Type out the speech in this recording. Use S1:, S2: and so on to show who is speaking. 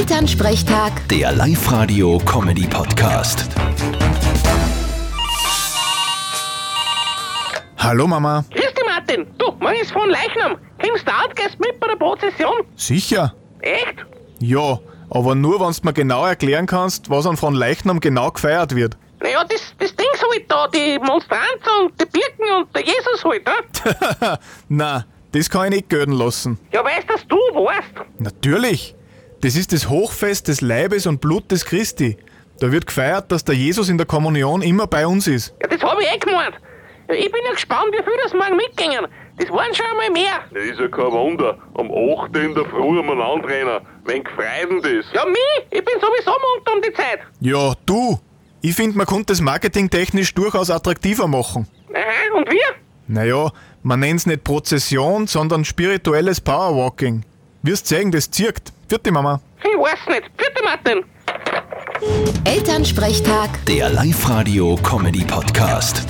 S1: Elternsprechtag,
S2: Der Live-Radio-Comedy-Podcast.
S3: Hallo Mama.
S4: Grüß dich, Martin. Du, morgen ist von Leichnam. Kommst du auch, gehst mit bei der Prozession?
S3: Sicher?
S4: Echt?
S3: Ja, aber nur wenn du mir genau erklären kannst, was an von Leichnam genau gefeiert wird.
S4: Naja, das, das Ding halt da, die Monstranzen und die Birken und der Jesus halt, ne?
S3: Na, das kann ich nicht gelten lassen.
S4: Ja, weißt dass du warst.
S3: Natürlich. Das ist das Hochfest des Leibes und Blutes Christi. Da wird gefeiert, dass der Jesus in der Kommunion immer bei uns ist.
S4: Ja, das habe ich eh gemeint. Ja, ich bin ja gespannt, wie viel das morgen mitgingen. Das waren schon einmal mehr.
S5: Ja, ist ja kein Wunder. Am 8. Um in der Früh um einen Antrainer. Wen gefreut denn das?
S4: Ja, mich, ich bin sowieso munter um die Zeit.
S3: Ja, du. Ich finde, man könnte das marketingtechnisch durchaus attraktiver machen.
S4: Aha, und wir?
S3: Naja, man nennt's nicht Prozession, sondern spirituelles Powerwalking. Wirst sehen, das zirkt. Vierte Mama.
S4: Ich weiß nicht. Bitte, Martin.
S1: Elternsprechtag.
S2: Der Live-Radio-Comedy-Podcast.